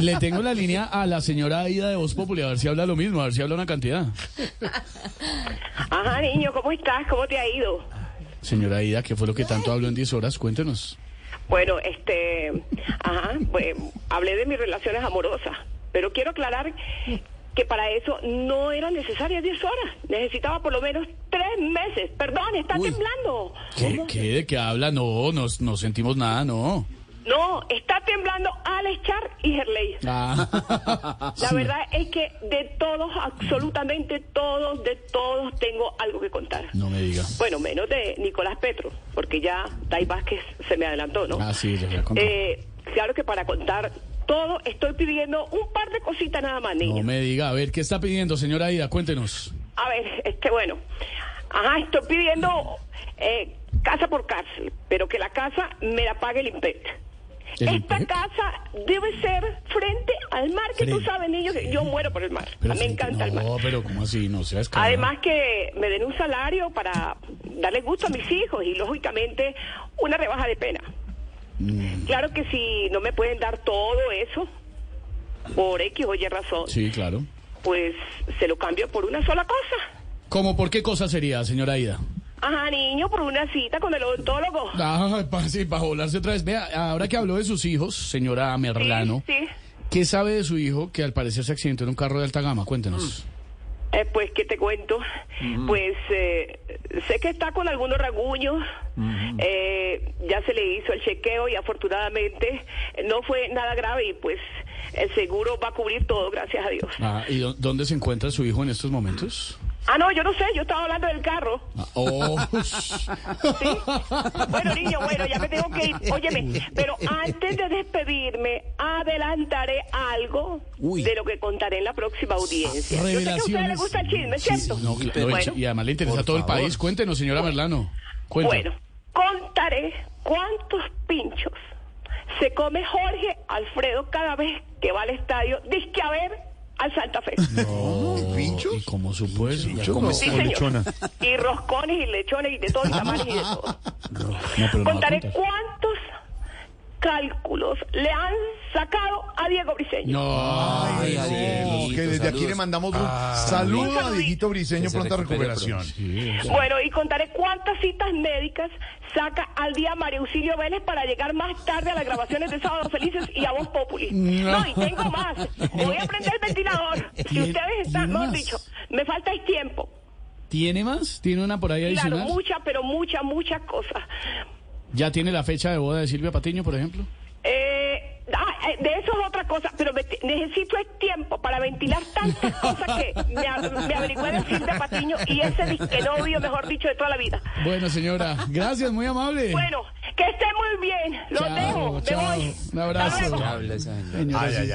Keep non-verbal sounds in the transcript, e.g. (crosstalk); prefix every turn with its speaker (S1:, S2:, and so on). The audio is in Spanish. S1: Le tengo la línea a la señora Aida de Voz Populi, a ver si habla lo mismo, a ver si habla una cantidad.
S2: Ajá, niño, ¿cómo estás? ¿Cómo te ha ido?
S1: Señora Aida, ¿qué fue lo que tanto habló en 10 horas? Cuéntenos.
S2: Bueno, este, ajá, pues hablé de mis relaciones amorosas, pero quiero aclarar que para eso no eran necesarias 10 horas. Necesitaba por lo menos 3 meses. Perdón, está
S1: Uy.
S2: temblando.
S1: ¿Qué, qué, de qué habla? No, no, no sentimos nada, no.
S2: No, está temblando Alex Char y Herley.
S1: Ah,
S2: La
S1: sí.
S2: verdad es que de todos, absolutamente todos, de todos tengo algo que contar.
S1: No me diga.
S2: Bueno, menos de Nicolás Petro, porque ya Tai Vázquez se me adelantó, ¿no?
S1: Ah, sí, ya, ya contó.
S2: Eh, claro que para contar todo estoy pidiendo un par de cositas nada más, niño.
S1: No me diga. A ver, ¿qué está pidiendo, señora Aida? Cuéntenos.
S2: A ver, este, bueno. Ajá, estoy pidiendo eh, casa por cárcel, pero que la casa me la pague el IMPET.
S1: ¿El
S2: Esta
S1: IMPET?
S2: casa debe ser frente al mar, que tú
S1: Frente.
S2: sabes, niño, que yo muero por el mar.
S1: Pero
S2: A mí me
S1: frente-
S2: encanta el mar.
S1: No, pero ¿cómo así? No seas cara.
S2: Además que me den un salario para darle gusto a mis hijos y lógicamente una rebaja de pena.
S1: Mm,
S2: Claro que si no me pueden dar todo eso por X o Y razón,
S1: Sí, claro.
S2: pues se lo cambio por una sola cosa.
S1: ¿Cómo por qué cosa sería, señora Aida?
S2: Ajá, niño, por una cita con el odontólogo.
S1: Ah, (laughs) pa- sí, para volarse otra vez. Vea, ahora que habló de sus hijos, señora
S2: Sí,
S1: Merlano,
S2: sí.
S1: ¿qué sabe de su hijo que al parecer se accidentó en un carro de alta gama? Cuéntenos.
S2: Eh, pues, ¿qué te cuento? Pues eh, sé que está con algunos raguños, eh, ya se le hizo el chequeo y afortunadamente eh, no fue nada grave y pues el seguro va a cubrir todo, gracias a Dios.
S1: Ah, ¿Y dó- dónde se encuentra su hijo en estos momentos?
S2: Ah, no, yo no sé, yo estaba hablando del carro.
S1: Ah, (laughs) oh,
S2: ¿sí? Bueno, niño, bueno, ya me tengo que ir. Óyeme, pero antes de despedirme, adelantaré algo
S3: Uy.
S2: de lo que contaré en la próxima audiencia. Yo sé que a ustedes les
S1: revelaciones.
S2: gusta el chisme,
S1: Sí,
S2: ¿cierto?
S1: no, claro, el
S2: Bueno.
S1: chi- y además le interesa a
S3: Por
S1: todo el
S3: favor.
S1: país. Cuéntenos, señora Merlano. Cuéntenos.
S2: Bueno, contaré cuántos pinchos se come Jorge Alfredo cada vez que va al estadio. Dice a ver al Santa Fe.
S3: ¿Pinchos?
S1: ¿Y cómo supo eso?
S3: Pinchos, no.
S2: Sí,
S3: Como
S2: (laughs) señor. Y roscones y lechones y de todo, y tamales y de todo.
S1: No, pero no va a
S2: Contaré
S1: contar.
S2: cuántos cálculos le han sacado a Diego Briseño.
S1: No.
S3: Ay, Dieguito,
S4: que desde aquí
S3: saludos.
S4: le mandamos un
S3: Ah,
S4: saludo
S2: Un
S4: a
S2: saludito.
S4: Dieguito Briseño,
S3: Que se
S4: pronta
S3: recupere
S4: recuperación.
S3: pronto.
S2: Bueno, y contaré cuántas citas médicas saca al día María Auxilio Vélez para llegar más tarde a las grabaciones de Sábado Felices y a Voz Populi. No, y tengo más. Voy a prender el
S1: (laughs)
S2: ventilador. Si
S1: ¿Tiene-
S2: ustedes
S1: tiene
S2: están, mejor
S1: más?
S2: dicho, me falta el tiempo.
S1: ¿Tiene más? ¿Tiene una por ahí
S2: Claro,
S1: adicional?
S2: muchas, pero muchas, muchas cosas.
S1: ¿Ya tiene la fecha de boda de Silvia Patiño, por ejemplo?
S2: Eh, ah, eh, de eso es otra cosa, pero me- necesito el tiempo para ventilar
S1: (laughs)
S2: tantas cosas que me, a- me averigüé de Silvia Patiño y ese disque novio, mejor dicho, de toda la vida.
S1: Bueno, (laughs) señora, gracias, muy amable.
S2: Bueno, que estén muy bien. Los
S1: Chao,
S2: dejo. Me
S1: chao.
S2: voy.
S1: Un abrazo.
S2: Hasta luego.
S3: Habla esa señora.
S1: Señora,
S4: Ay, ay, ay.